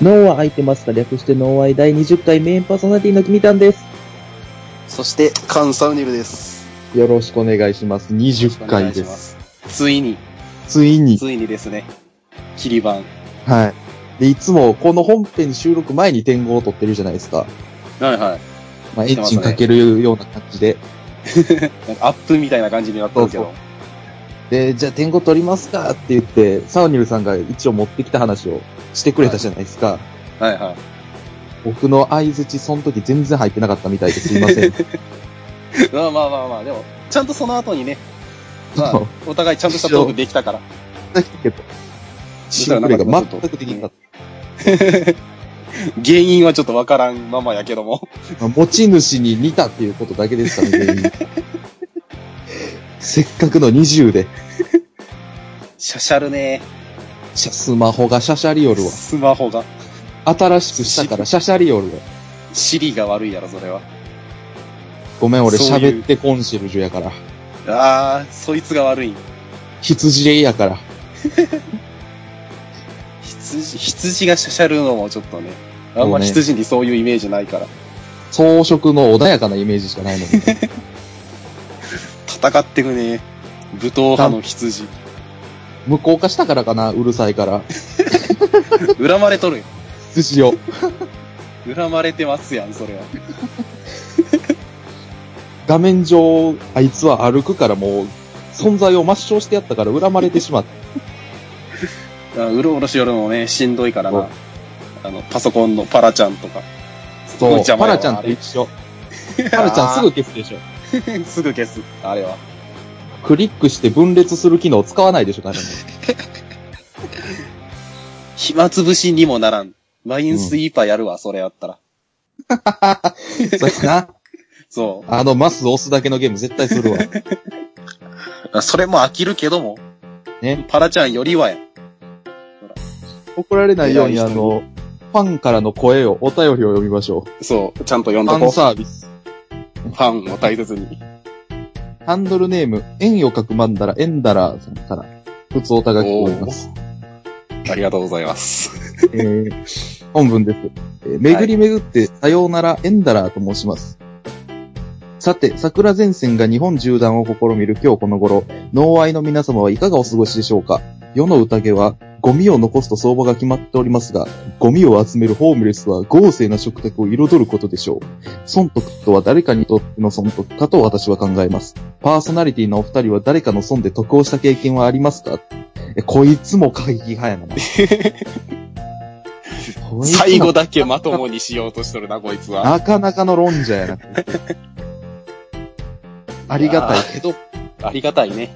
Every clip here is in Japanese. ノンは入ってますか略してノンアイ第20回メインパーソナリティの君たんです。そして、カン・サウニルです。よろしくお願いします。20よ回ろしくお願いで。しますす。ついに、ついに。ついにですね、切り板。はい。で、いつもこの本編収録前に点号を取ってるじゃないですか。はいはい。まあ、エしンてますジねンかけるような感じで。なんかアップみたいな感じになったんですけど。そうで、じゃあ点号取りますかって言って、サウニルさんが一応持ってきた話をしてくれたじゃないですか。はいはい。僕の相槌その時全然入ってなかったみたいですいません。まあまあまあまあ、でも、ちゃんとその後にね、 ま あ、お互いちゃんとしたトークできたから。だけど、シンプルが全くできなかっ原因はちょっとわからんままやけども。た。まあ持ち主に似たっていうことだけですから ね、全員せっかくの20で、しゃしゃるねシャスマホがシャシャリオルは。スマホが。新しくしたからシャシャリオルは。シリが悪いやろ、それは。ごめん、俺そういう喋ってコンシェルジュやから。あー、そいつが悪い。羊やから。羊、羊がしゃしゃるのもちょっとね。あんまりそうね羊にそういうイメージないから。装飾の穏やかなイメージしかないの で。戦ってくね武闘派の羊。無効化したからかな、うるさいから。恨まれとるよ。羊を。恨まれてますやん、それは。画面上、あいつは歩くからもう、存在を抹消してやったから恨まれてしまった。あうろうろしよるのもね、しんどいからう。なんあの、パソコンのパラちゃんとか。 そ、すごいうパラちゃんあとれ一緒。パラちゃんすぐ消すでしょ。すぐ消す。あれは。クリックして分裂する機能使わないでしょ、誰 も。暇つぶしにもならん。マインスイーパーやるわ、それやったら。そうやな。そうあのマス押すだけのゲーム絶対するわ。あ。それも飽きるけども。ね。パラちゃんよりはや。 怒られないように偉あい人の、ファンからの声を、お便りを読みましょそう。ちゃんと読う。んフどァこンサービス。う。ファンを大切に。ハンドルネーム、円を書くマンダラ、エンダラさんから、普通おたがきおります。ありがとうございます。えー、本文です。えー、めぐりめぐって、さようなら、エンダラと申します。さて、桜前線が日本縦断を試みる今日この頃、農愛の皆様はいかがお過ごしでしょうか世の宴は、ゴミを残すと相場が決まっておりますが、ゴミを集めるホームレスは豪勢な食卓を彩ることでしょう。損得とは誰かにとっての損得かと私は考えます。パーソナリティのお二人は誰かの損で得をした経験はありますかえ、こいつも過激派やな。 こいつも最後だけまともにしようとしとるな、こいつは。なかなかの論者やな。ありがたいけど、ありがたいね。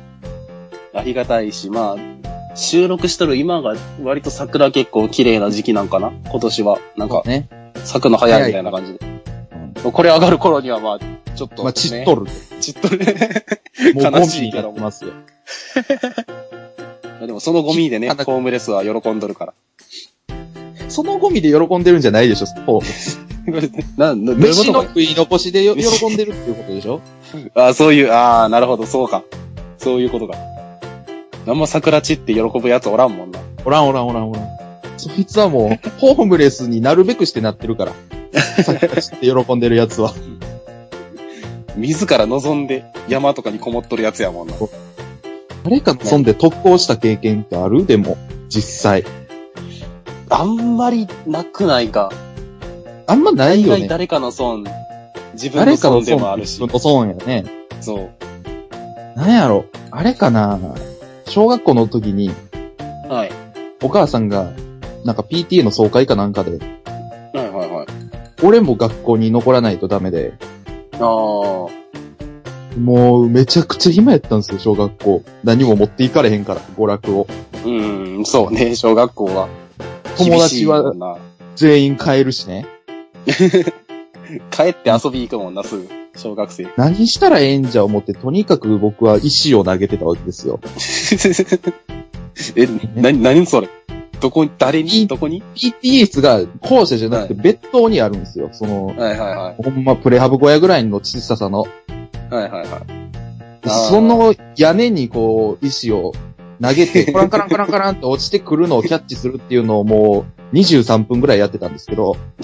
ありがたいし、まあ、収録しとる今が割と桜結構綺麗な時期なんかな今年は。なんか、ね。咲くの早いみたいな感じで。これ上がる頃にはまあ、ちょっと、ね。まあ、ちっとる。ちっとる。もうゴ 悲ミしいにけなどっても。ますよ。 でもそのゴミでね、あホームレスは喜んどる から。そのゴミで喜んでるんじゃないでしょ、そう。な、 な、どういうこ飯とのこ食い残しでよ喜んでるっていうことでしょれあそういう、ああ、なるほど、そうか。そういうことか。あんま桜散って喜ぶやつおらんもんな。おらんおらんおらんおらん。そいつはも う、ホームレスになるべくしてなってるから。さっきから知って喜んでるやつは。自ら望んで山とかにこもっとるやつやもんな。誰かの損で特攻した経験ってあるでも、実際。あんまりなくないか。あんまないよね。誰かの損、自分の誰かの損損でもあるし自。分の損やね。そう。なんやろ。あれかな小学校の時に、はい。お母さんが、なんか PTA の総会かなんかで、はいはいはい。俺も学校に残らないとダメで、あもうめちゃくちゃ暇やったんですよ、小学校。何も持っていかれへんから、娯楽を。あ。うん、そうね、小学校は。友達は厳しいもんな全員帰るしね。帰って遊び行くもんな、すぐ。小 学生。何したらええんじゃ思って、とにかく僕は石を投げてたわけですよ。え、な、なにそれどこ、誰にいどこに PTA 室が校舎じゃなくて別棟にあるんですよ。その、はいはいはほんまプレハブ小屋ぐらいの小ささの。い。はいはいはい。あーその屋根に こう、石を投げて、カランカランカランカランって落ちてくるのをキャッチするっていうのをもう、 23分ぐらいやってたんですけど、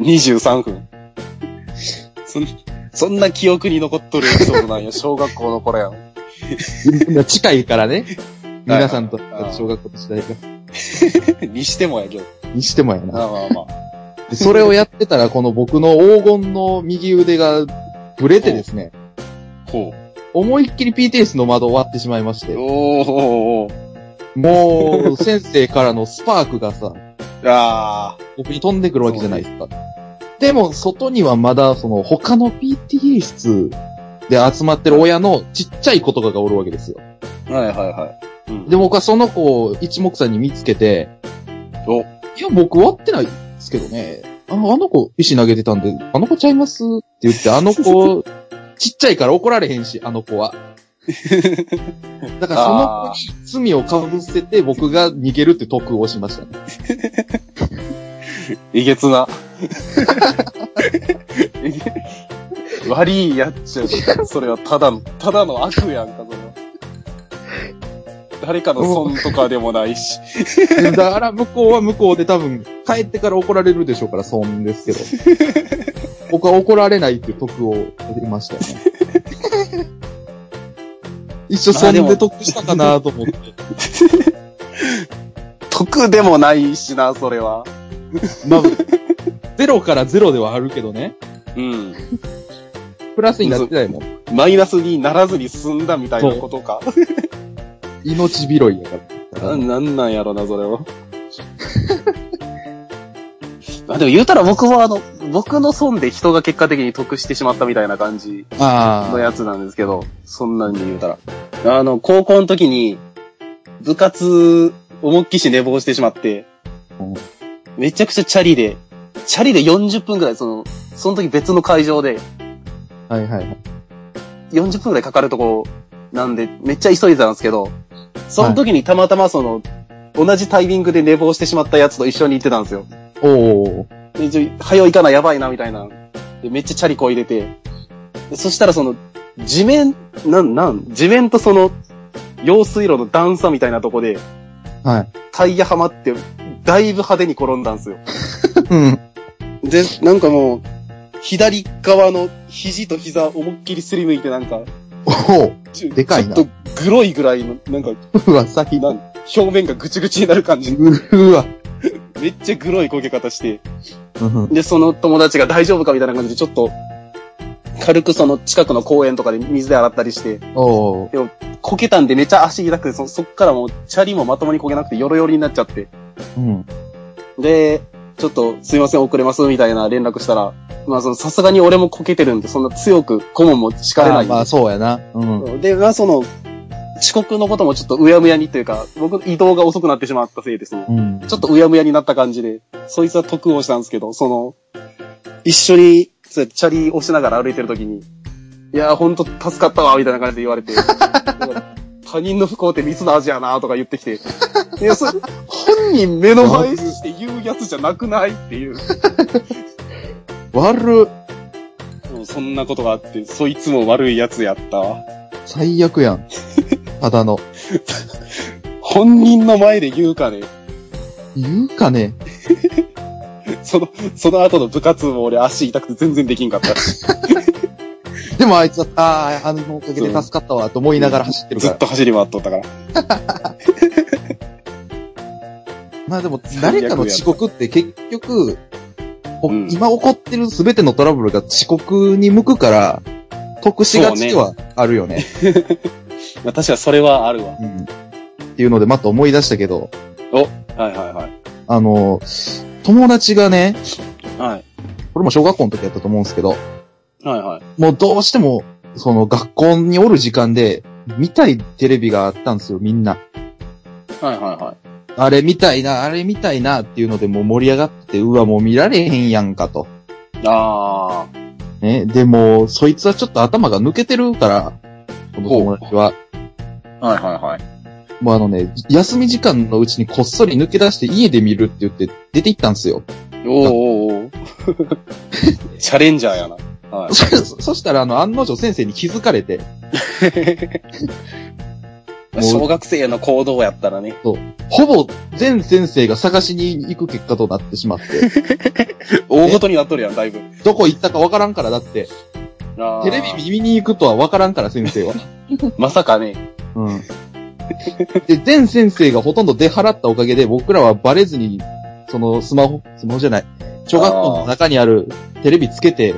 23分。そん、そんな記憶に残っとるエピソードな んや、小学校の頃やん。近いから ね、皆さんと小学校の時代が、にしてもやけど。にしてもやまな。あまあまでそれをやってたら、この僕の黄金の右腕がブレてですね、あ。ほう。思いっきり PTS の窓を割ってしまいまして、おーおーもう先生からのスパークがさ、おーああ。僕に飛んでくるわけじゃないですか。でも、外にはまだ、その、他の PTA 室で集まってる親のちっちゃい子とかがおるわけですよ。はいはいはい。うんで、僕はその子を一目散に見つけて、おいや、僕割ってないですけどね。ああの子、石投げてたんで、あの子ちゃいますって言って、あの子、ちっちゃいから怒られへんし、あの子は。だからその子に罪をかぶせて僕が逃げるって得をしましたね。いげつな。 いげ悪いやっちゃう。それはただの、ただの悪やんか、それは。誰かの損とかでもないし。 だから向こうは向こうで多分帰ってから怒られるでしょうから、そんですけど。 僕は怒られないっていう得を得ましたよね。 一緒そんで得したかなと思って。 得でもないしな、それは。まあ、ゼロからゼロではあるけどね。うん。プラスになってないもん。マイナスにならずに済んだみたいなことか。命拾いやから。な なんなんやろな、それは。 あでも言うたら僕はあの、僕の損で人が結果的に得してしまったみたいな感じのあやつなんですけど、そんなんで言うたら。あの、高校の時に、部活、思いっきし寝坊してしまってうん、めちゃくちゃチャリで、チャリで40分くらい、その、その時別の会場で、あ。はいはいはい。 40分くらいかかるとこなんで、めっちゃ急いでたんですけど、その時にたまたまその、同じタイミングで寝坊してしまったやつと一緒に行ってたんですよ。おー。で、ちょ、早いかな、やばいな、みたいな。で、めっちゃチャリこいでて。でそしたらその、地面、なん、なん、地面とその、用水路の段差みたいなとこで、はい。タイヤはまって、だいぶ派手に転んだんですよ。うん。で、なんかもう、左側の肘と膝思いっきりすりむいてなんか、おー。ちょでかいなちょっとグロいぐらいの、なんか、うわ、先なだ。ん表面がぐちぐちになる感じ。うわ。めっちゃグロいこけ方して。うんで、その友達が大丈夫かみたいな感じで、ちょっと、軽くその近くの公園とかで水で洗ったりして、おー。こけたんでめっちゃ足痛くて、そそっからもうチャリもまともにこけなくてヨロヨロになっちゃって。うん。で、ちょっとすいません遅れますみたいな連絡したら、まあそのさすがに俺もこけてるんで、そんな強く顧問も叱れあなーい。まあ、そうやな。うん。で、まあその、遅刻のこともちょっとうやむやにというか、僕移動が遅くなってしまったせいですね。うん。ちょっとうやむやになった感じで、そいつは得をしたんですけど、その、一緒に、そうチャリ押しながら歩いてるときに、いやーほんと助かったわ、みたいな感じで言われて、 なんか他人の不幸って蜜の味やな、とか言ってきて、いや、それ、本人目の前にして言うやつじゃなくないっていう、悪っ。もうそんなことがあって、そいつも悪いやつやったわ。最悪 やん。ただの。本人の前で言うかね、言うかね。その、その後の部活も俺足痛くて全然できんかった。でもあいつは、ああ、あのおかげで助かったわ、と思いながら走ってるかずらっ。と走り回っとったから。まあでも、誰かの遅刻って結局、おうん今起こってる全てのトラブルが遅刻に向くから、得しがちではあるよね。まあ確かにそれはあるわ。うん。っていうので、また思い出したけど、はいはいはい。あの、友達がね、はい。これも小学校の時やったと思うんですけど、はいはい。もうどうしても、その学校におる時間で、見たいテレビがあったんですよ、みんな。はいはいはい。あれ見たいな、あれ見たいなっていうのでもう盛り上がってて、うわ、もう見られへんやんかと。あね、でも、そいつはちょっと頭が抜けてるから、この友達は。あ。はいはいはい。もうあのね、休み時間のうちにこっそり抜け出して家で見るって言って出て行ったんですよ。おーおー おーチャレンジャーやな。はい。そそそしたらあの、案の定先生に気づかれて、まあ小学生の行動やったらね。ほぼ全先生が探しに行く結果となってしまって、大ごとになっとるやん、だいぶ。どこ行ったかわからんから、だって、あーテレビ見に行くとはわからんから、先生は。まさかね。うん。で、全先生がほとんど出払ったおかげで、僕らはバレずに、その、スマホ、スマホじゃない、小学校の中にあるテレビつけて、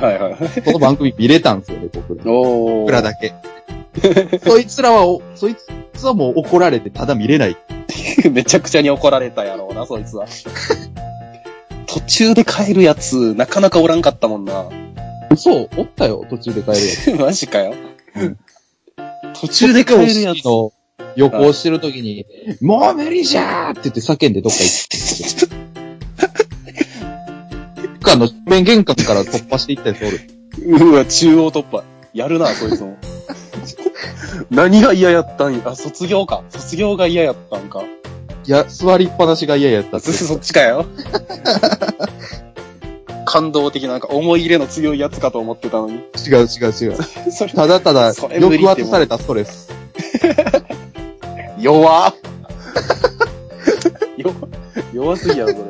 はいはい。この番組見れたんですよね、僕ら。おー。僕らだけ。そいつらはお、そいつはもう怒られて、ただ見れない。 めちゃくちゃに怒られたやろうな、そいつは。途中で帰るやつ、なかなかおらんかったもんな。嘘、おったよ、途中で帰るやつ。 マジかようん。途中で帰るやつ。の旅行してる時に、もう無理じゃーって言って叫んでどっか行って、かの正面玄関から突破していったやつおる。うわ、中央突破。やるな、こいつも。 何が嫌やったんや。あ、卒業か。卒業が嫌やったんか。いや、座りっぱなしが嫌やった ってそ。そっちかよ。感動的な、なんか思い入れの強いやつかと思ってたのに。違 う違う違う。それ、ただただ、それ無理って抑圧もうされたストレス。 弱弱、弱すぎやろ、これ。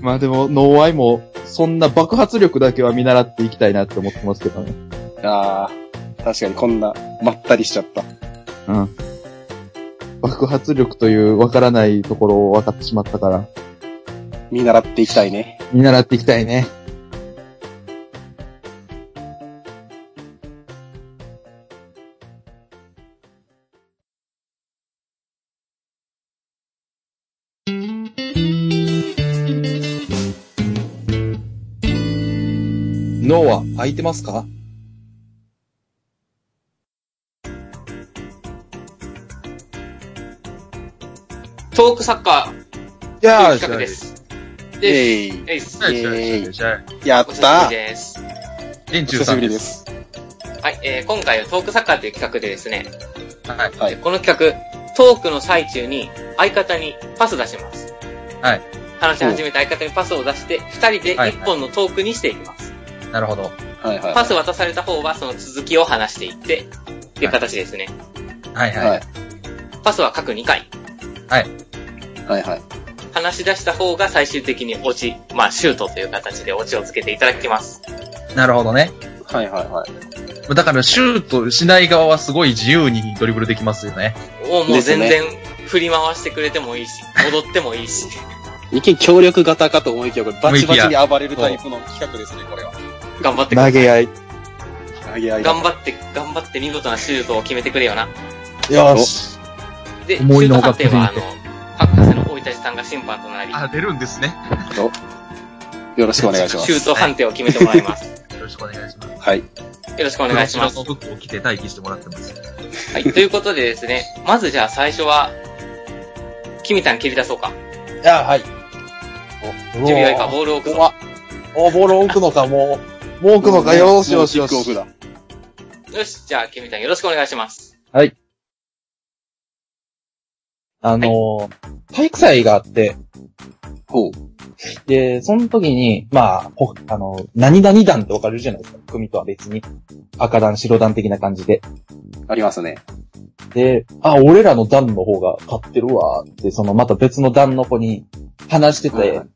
まあでも、ノーアイも、そんな爆発力だけは見習っていきたいなって思ってますけどね。 ああ、確かにこんな、まったりしちゃった。うん。爆発力というわからないところを分かってしまったから、見習っていきたいね。見習っていきたいね。脳は空いてますかトークサッカーじとゃいうあ、企画です。で、えい。えいっす。イエーイじゃあ、やっお久たしぶりです。年お久し中ぶんりで。ですす。はい、えー今回はトークサッカーという企画でですね、はい。はいこの企画、トークの最中に相方にパス出します。はい。話し始めた相方にパスを出して、二人ではい一本のトークにしていきます。なるほど。はいはい。パス渡された方はその続きを話していって、っていう形ですね。はいははいい。。パスは各2回。はいはい。話し出した方が最終的にオチ、まあシュートという形でオチをつけていただきます。なるほどね。はいはいはい。だから、シュートしない側はすごい自由にドリブルできますよね。おもでうす全ね然振り回してくれてもいいし、戻ってもいいし。一見協力型かと思いきや、これバチバチ思いきに暴れるタイプの企画ですね、これは。頑張ってく投れ。げ合い。いやいや頑張って、頑張って見事なシュートを決めてくれよな。よし。で、シュ思いーのほトか判定は、あプリの、博士の大いたちさんが審判となり、あ、出るんですね。よろしくお願いしまシす。ュート判定を決めてもらいます。よろしくお願いします。はい。よろしくお願いします。黒白の服を着て待機してもらってます。はい、ということでですね、まずじゃあ最初は、キミタン切り出そうか。いや、はい。準備はいいか、ボールを置くぞ。お、ボール置くのか、もう。もう置くのか、よーしよしよもうキッしク。オフだよし、じゃあキミタンよろしくお願いします。あのー、体育祭があって、ほう。で、その時に、まあ、ほあのー、何々団って分かれるじゃないですか。組とは別に。赤団、白団的な感じで。ありますね。で、あ、俺らの団の方が勝ってるわ、って、そのまた別の団の子に話してて、はいはい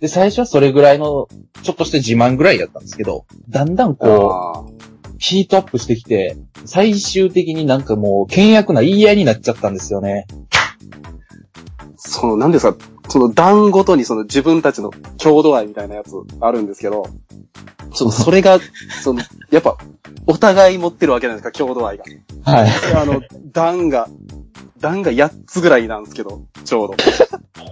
で、最初はそれぐらいの、ちょっとして自慢ぐらいやったんですけど、だんだんこう、あヒートアップしてきて、最終的になんかもう、険悪な言い合いになっちゃったんですよね。ーその、なんですか、その段ごとにその自分たちの郷土愛みたいなやつあるんですけど、ちょっとそれ が、その、やっぱ、お互い持ってるわけじゃないですか、郷土愛が。はい。あの、段が、段が8つぐらいなんですけど、ちょう ど。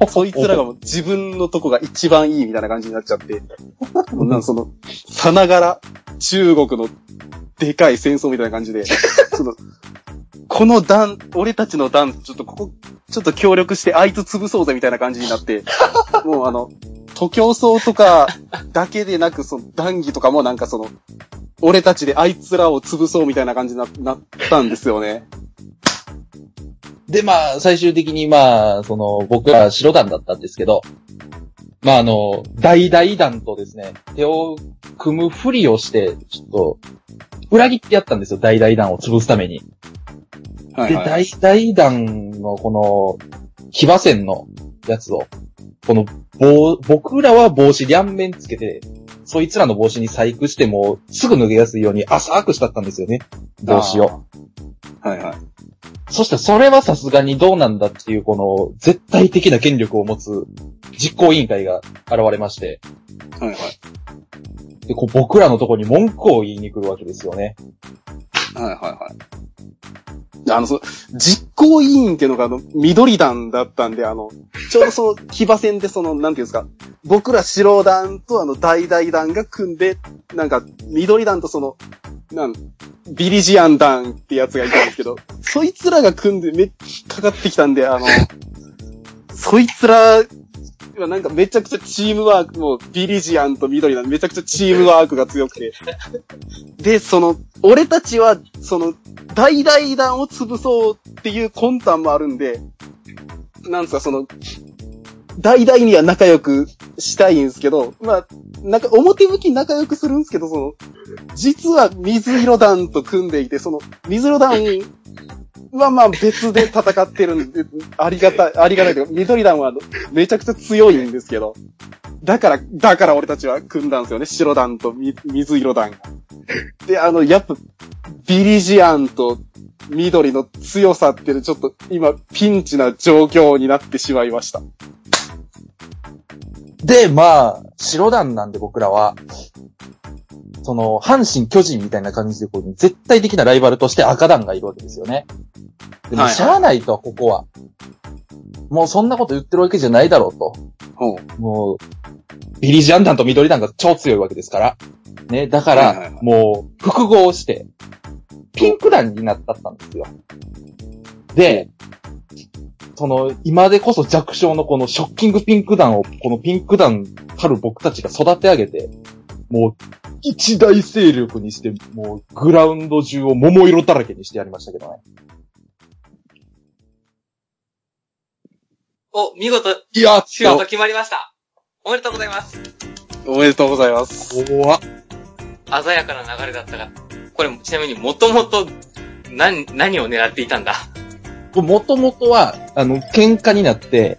そいつらがもう自分のとこが一番いいみたいな感じになっちゃって。もうなんかその、さながら中国のでかい戦争みたいな感じで、その、この段、俺たちの段、ちょっとここ、ちょっと協力してあいつ潰そうぜみたいな感じになって、もうあの、徒競走とかだけでなく、その、談義とかもなんかその、俺たちであいつらを潰そうみたいな感じにななったんですよね。で、まあ、最終的に、まあ、その、僕は白団だったんですけど、まあ、あの、大々団とですね、手を組むふりをして、ちょっと、裏切ってやったんですよ、大々団を潰すために。はいで、はい大大団のこの、騎馬戦のやつを、この棒、僕らは帽子両面つけて、そいつらの帽子に細工しても、すぐ脱げやすいように浅くしたったんですよね。帽子を。はいはい。そしてそれはさすがにどうなんだっていう、この、絶対的な権力を持つ実行委員会が現れまして、はいはい。でこう僕らのとこに文句を言いに来るわけですよね。はいはいはい。あの、そ実行委員っていうのが、あの、緑団だったんで、あの、ちょうどその、騎馬戦でその、なんていうんですか、僕ら白団とあの、大々団が組んで、なんか、緑団とその、なん、ビリジアン団ってやつがいたんですけど、 そいつらが組んでめっちゃかかってきたんで、あの、そいつら、なんかめちゃくちゃチームワーク、もうビリジアンと緑団、めちゃくちゃチームワークが強くて。で、その、俺たちは、その、大々団を潰そうっていう魂胆もあるんで、なんですか、その、大々には仲良くしたいんですけど、まあ、なんか表向き仲良くするんですけど、その、実は水色団と組んでいて、その、水色団はまあ別で戦ってるんで、 ありがたい、ありがたいというか、緑団はあのめちゃくちゃ強いんですけど、だから、だから俺たちは組んだんですよね、白団とみ水色団が。で、あの、やっぱ、ビリジアンと緑の強さっていうのちょっと今ピンチな状況になってしまいました。で、まあ、白団なんで僕らは、その、阪神巨人みたいな感じで、こう、絶対的なライバルとして赤団がいるわけですよね。でも、はいはいしゃあないと、ここは。もうそんなこと言ってるわけじゃないだろうと。ほう。もう、ビリジアン団と緑団が超強いわけですから。ね、だかはいはいらは、もう、複合して、ピンク団になったったんですよ。で、その、今でこそ弱小のこのショッキングピンク団を、このピンク団たる僕たちが育て上げて、もう、一大勢力にして、もう、グラウンド中を桃色だらけにしてやりましたけどね。お、見事、いや、シュート決まりました。おめでとうございます。おめでとうございます。怖っ鮮やかな流れだったが、これちなみにもともと、何、何を狙っていたんだもともとは、あの、喧嘩になって、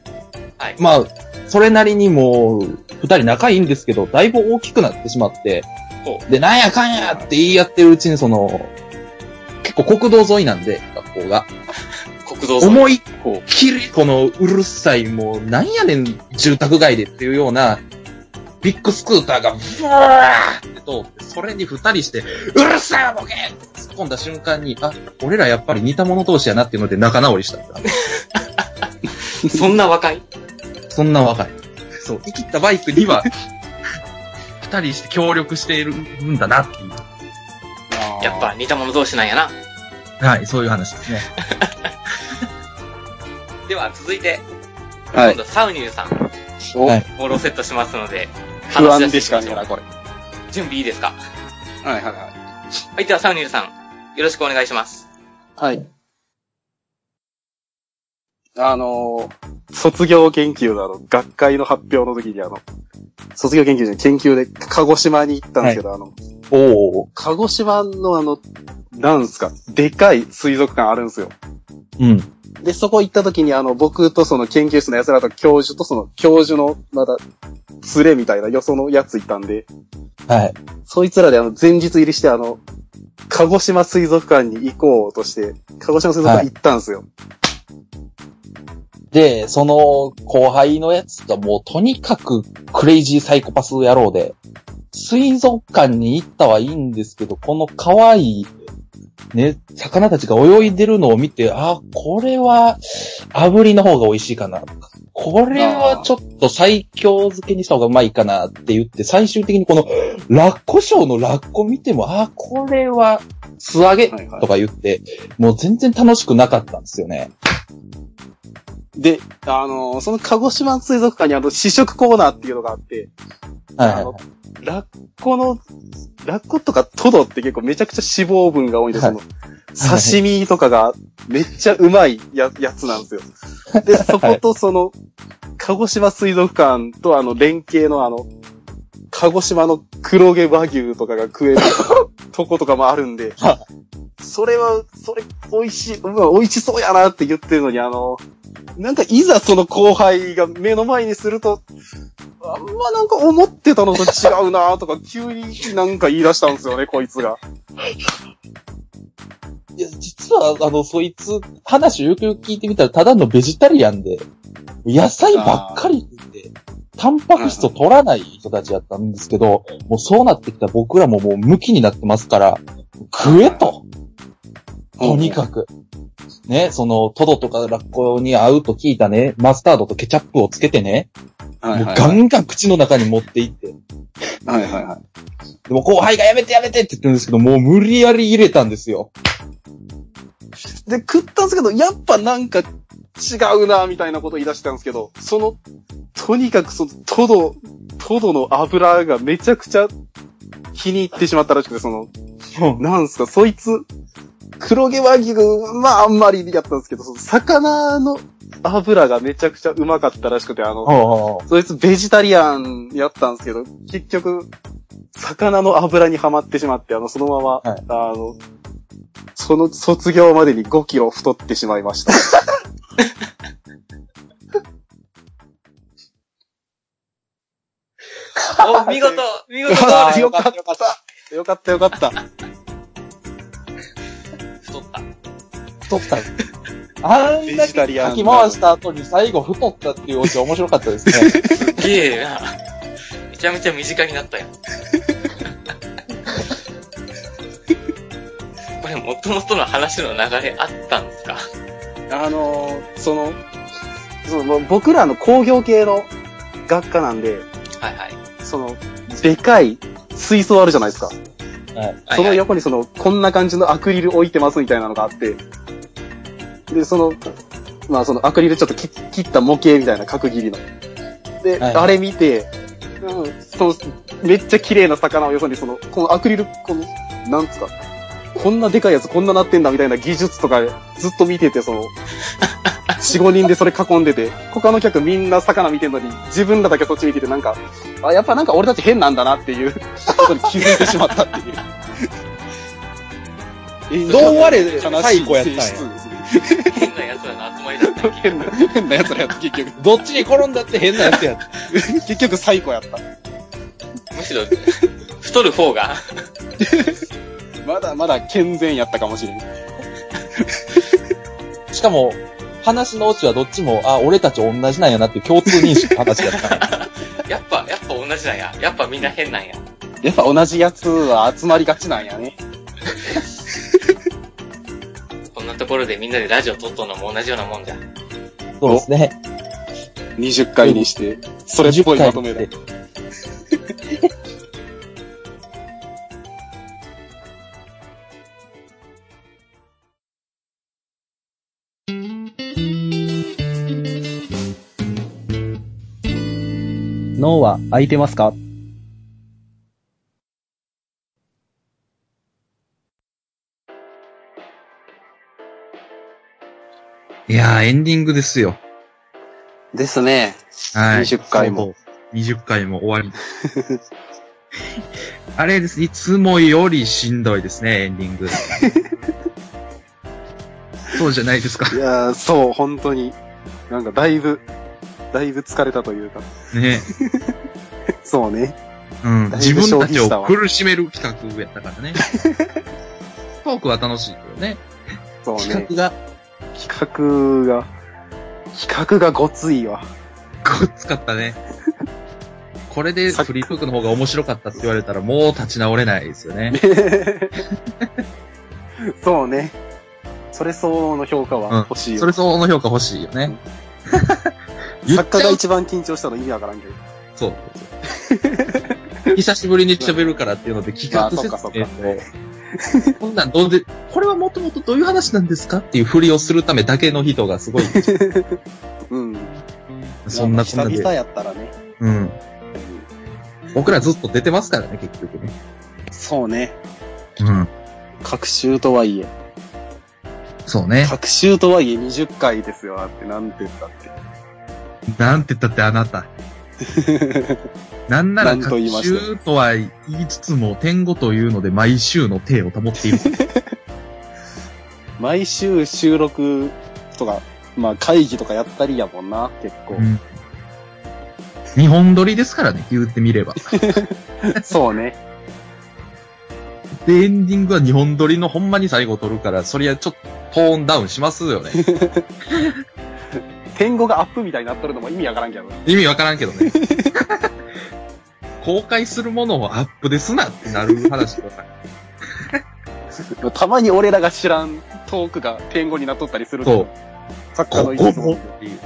はいまあ、それなりにもう、二人仲いいんですけど、だいぶ大きくなってしまってほ、で、なんやかんやって言い合ってるうちに、その、結構国道沿いなんで、学校が。国道沿い。思いっきり、この、うるさい、もう、なんやねん、住宅街でっていうような、ビッグスクーターが、ブワーって通って、それに二人して、うるさいわ、ボケって突っ込んだ瞬間に、あ、俺らやっぱり似た者同士やなっていうので仲直りしたってなってそんな若いそんな若 い。そう、生きったバイクには、二人して協力しているんだなっていう。やっぱ似た者同士なんやな。はい、そういう話ですね。では続いて、ぱ、は今い。度サウニューさん、おはいボールをセットしますので、不安でしかねえ話な、しこれ。出してみましょう準備いいですかはいはいはい。はい、ではサウニューさん、よろしくお願いし ます。はい。あのー卒業研究のあの、学会の発表の時にあの、卒業研究じゃない研究で鹿児島に行ったんですけど、あの、おお。鹿児島のあの、なんすか、でかい水族館あるんですよ。うん。で、そこ行った時に、あの、僕とその研究室の奴らと教授とその教授の、まだ、連れみたいな、よそのやついたんで、はい。そいつらであの、前日入りしてあの、鹿児島水族館に行こうとして、鹿児島水族館行ったんですよ。で、その後輩のやつがもうとにかくクレイジーサイコパス野郎で、水族館に行ったはいいんですけど、この可愛い、ね、魚たちが泳いでるのを見て、あ、これは炙りの方が美味しいかな。これはちょっと最強漬けにした方がうまいかなって言って、最終的にこのラッコショーのラッコ見ても、あ、これは素揚げはいはいとか言って、もう全然楽しくなかったんですよね。で、あのーその鹿児島水族館にあの、試食コーナーっていうのがあって、はいはあいはのい。、ラッコの、ラッコとかトドって結構めちゃくちゃ脂肪分が多いんで、はいその、刺身とかがめっちゃうまいややつなんですよ。 で、そことその、鹿児島水族館とあの、連携のあの、鹿児島の黒毛和牛とかが 食えるとことかもあるんで、それは、それ、美味しい、うわ、美味しそうやなって言ってるのに、あの、なんかいざその後輩が目の前にすると、あんまなんか思ってたのと違うなとか、急になんか言い出したんですよね、こいつが。いや、実は、あの、そいつ、話をよくよく聞いてみたら、ただのベジタリアンで、野菜ばっかり食って、タンパク質を取らない人たちやったんですけど、もうそうなってきた僕らももう無気になってますから、食えと。とにかく。ね、その、トドとかラッコに合うと聞いたね、マスタードとケチャップをつけてね、はもいうはいガンガン口の中に持っていって。はいはいはい。でも後輩がやめてやめてって言ってるんですけど、もう無理やり入れたんですよ。で、食ったんですけど、やっぱなんか違うな、みたいなこと言い出したんですけど、その、とにかくその、トド、トドの油がめちゃくちゃ気に入ってしまったらしくて、その、なんすか、そいつ、黒毛和牛、まああんまりやったんですけど、その魚の油がめちゃくちゃうまかったらしくて、あの、 そいつベジタリアンやったんですけど、結局、魚の油にはまってしまって、あの、そのまま、はいあの、その卒業までに5キロ太ってしまいました。お、見事、見 事ゴーあルーよよかかっったた、 よかった、よかった。太った。太った。あんベだジけタリアかン。き回した後に最後太ったっていうオチ面白かったですね。すっげえな。めちゃめちゃ身近になったやん。 これ、もともとの話の流れあったんですかあのーその、そのもう僕らの工業系の学科なんで、はいはい。その、でかい水槽あるじゃないですか。そのはいはい横にその、こんな感じのアクリル置いてますみたいなのがあって、で、その、まあそのアクリルちょっと切切った模型みたいな角切りの。で、はいあれ見て、うん、その、めっちゃ綺麗な魚をよそにその、このアクリル、この、なんつうか、こんなでかいやつこんななってんだみたいな技術とかずっと見て て、その、4、5人でそれ囲んでて、他の客みんな魚見てんのに、自分らだけそっち見ててなんか、あ、やっぱなんか俺たち変なんだなっていうことに気づいてしまっ たっていう。どうあれ悲しい最後やったんや性質ですね変な奴らの集まりだったっけ変な、変な奴らやった、結局。どっちに転んだって変なやつやった。結局、最高やった。むしろ、太る方が、まだまだ健全やったかもしれん。しかも、話のオチはどっちも、あ、俺たち同じなんやなっていう共通認識の話やった。やっぱ、やっぱ同じなんや。やっぱみんな変なんや。やっぱ同じやつは集まりがちなんやね。こんなところでみんなでラジオ撮っとんのも同じようなもんじゃ。そうですね。 20回にして、それっぽいまとめだ10回。って 脳は空いてますかいやー、エンディングですよ。ですね。はい。 20回も。 20回も終わり。 あれです。いつもよりしんどいですね、エンディン グ。そうじゃないですかい。やー、そう、本当に。なんか、だいぶ、だいぶ疲れたというか。ね。そうね。うん。だい自ぶ分た消費ちしたをわ苦しめる企画やったから ね。トークは楽しいけどね。そうね企。画が、企画が、企画がごついわ。こっつかったね。これでフリートークの方が面白かったって言われたらもう立ち直れないですよ ね。そうね。それ相応の評価は欲しいよ。それ相応の評価欲しいよね。 言っ作ちゃ家がう一番緊張したの意味わからんけど。そう。 久しぶりに喋るからっていうので企画あそっ説かそっか明と、こんなんどうで、これはもともとどういう話なんですかっていうふりをするためだけの人がす ごい、うん。そんなこんな久々で。やったらね。うん。僕らずっと出てますからね、結局ね。そうね。うん。各週とはいえ。そうね。各週とはいえ20回ですよ、だって。なんて言ったっなんて言ったってあなた。て。 なんならなんと各言いました週とは言いつつも、点語というので毎週の体を保っている。 毎週収録とか、まあ会議とかやったりやもんな、結構う。ん日本撮りですからね、言ってみれば。そうね。で、エンディングは日本撮りのほんまに最後撮るから、そりゃちょっとトーンダウンしますよね。天語がアップみたいになっとるのも意味わからんけど。意味わからんけどね。 公開するものをアップですなってなる話とか。たまに俺らが知らんトークが天語になっとったりするそう。サッカーのこ一こつももっていう。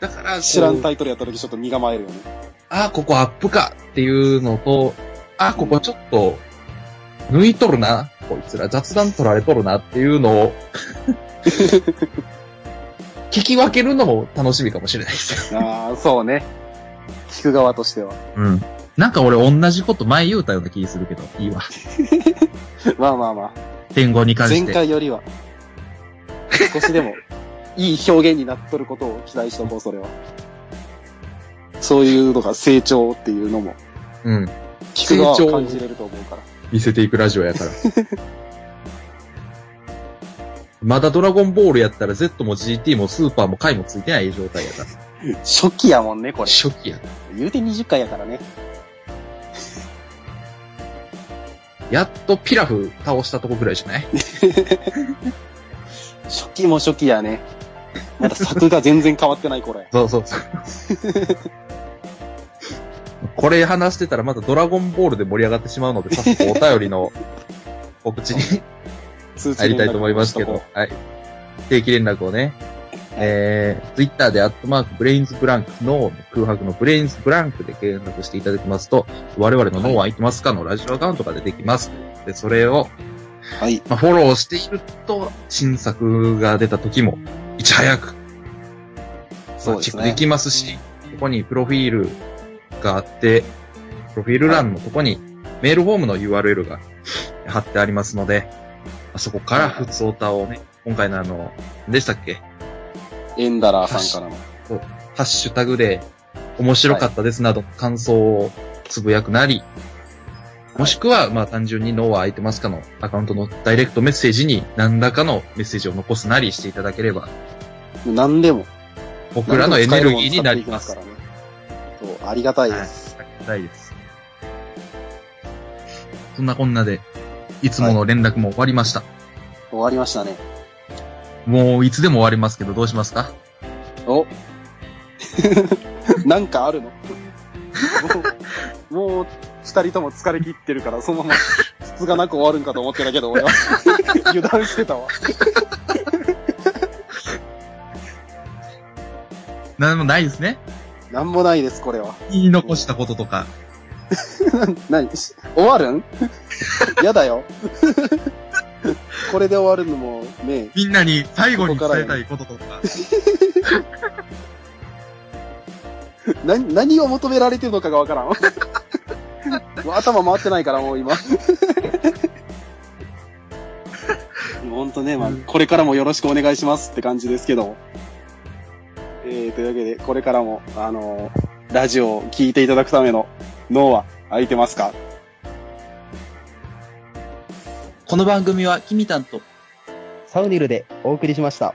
だからこう、知らんタイトルやった時ちょっと身構えるよね。あ、ここアップかっていうのと、あ、ここちょっと、抜いとるな、こいつら雑談取られとるなっていう のを、聞き分けるのも楽しみかもしれないです。ああ、そうね。聞く側としては。うん。なんか俺同じこと前言うたような気するけど、いいわ。まあまあま天候にあ、関して。前回よりは、少しでも、いい表現になっとることを期待しとこう、それは。そういうのが成長っていうのも、うん。聞く側成長は感じれると思うから。見せていくラジオやから。 まだドラゴンボールやったら Z も GT もスーパーも回もついてない状態やから。初期やもんね、これ。初期や。言うて20回やからね。やっとピラフ倒したとこぐらいじゃない初期も初期やね。まだ作が全然変わってない、これ。そうそうそう。これ話してたらまたドラゴンボールで盛り上がってしまうので、早速お便りの告知に通知入りたいと思いますけど、はい。定期連絡をね、えー、Twitter でアットマークブレインズブランク、脳の空白のブレインズブランクで連絡していただきますと、我々の脳は空いてますかのラジオアカウントが出てきます。で、それを、はい。まあ、フォローしていると、新作が出た時も、いち早くそうでチェすックでね。きますし、ここにプロフィールがあって、プロフィール欄のとこにメールフォームの URL が貼ってありますので、あそこから普通オタをね、今回のあの、何でしたっけエンダラーさんからの。ハッシュタグで面白かったですなど感想をつぶやくなり、もしくは、まあ単純に脳は空いてますかのアカウントのダイレクトメッセージに何らかのメッセージを残すなりしていただければ、何でも。僕らのエネルギーになります。何でも使っていきますからね。そう、ありがたいです。ありがたいです。そんなこんなで、いつもの連絡も終わりました。終わりましたね。もういつでも終わりますけど、どうしますかお なんかあるのもう、もう二人とも疲れ切ってるから、そのまま、 つつがなく終わるんかと思ってたけど、俺は。 油断してたわ。何もないですね。なんもないです、これは。言い残したこととか。 何し終わるん やだよ。 これで終わるのも、ねみんなに最後に伝えたいこととか。な、何を求められてるのかがわからん。もう 頭回ってないから、もう今。 ほんとね、まあ、これからもよろしくお願いしますって感じですけど。えー、というわけで、これからも、あのーラジオを聞いていただくための脳は空いてますかこの番組は、キミタンと、サウニルでお送りしました。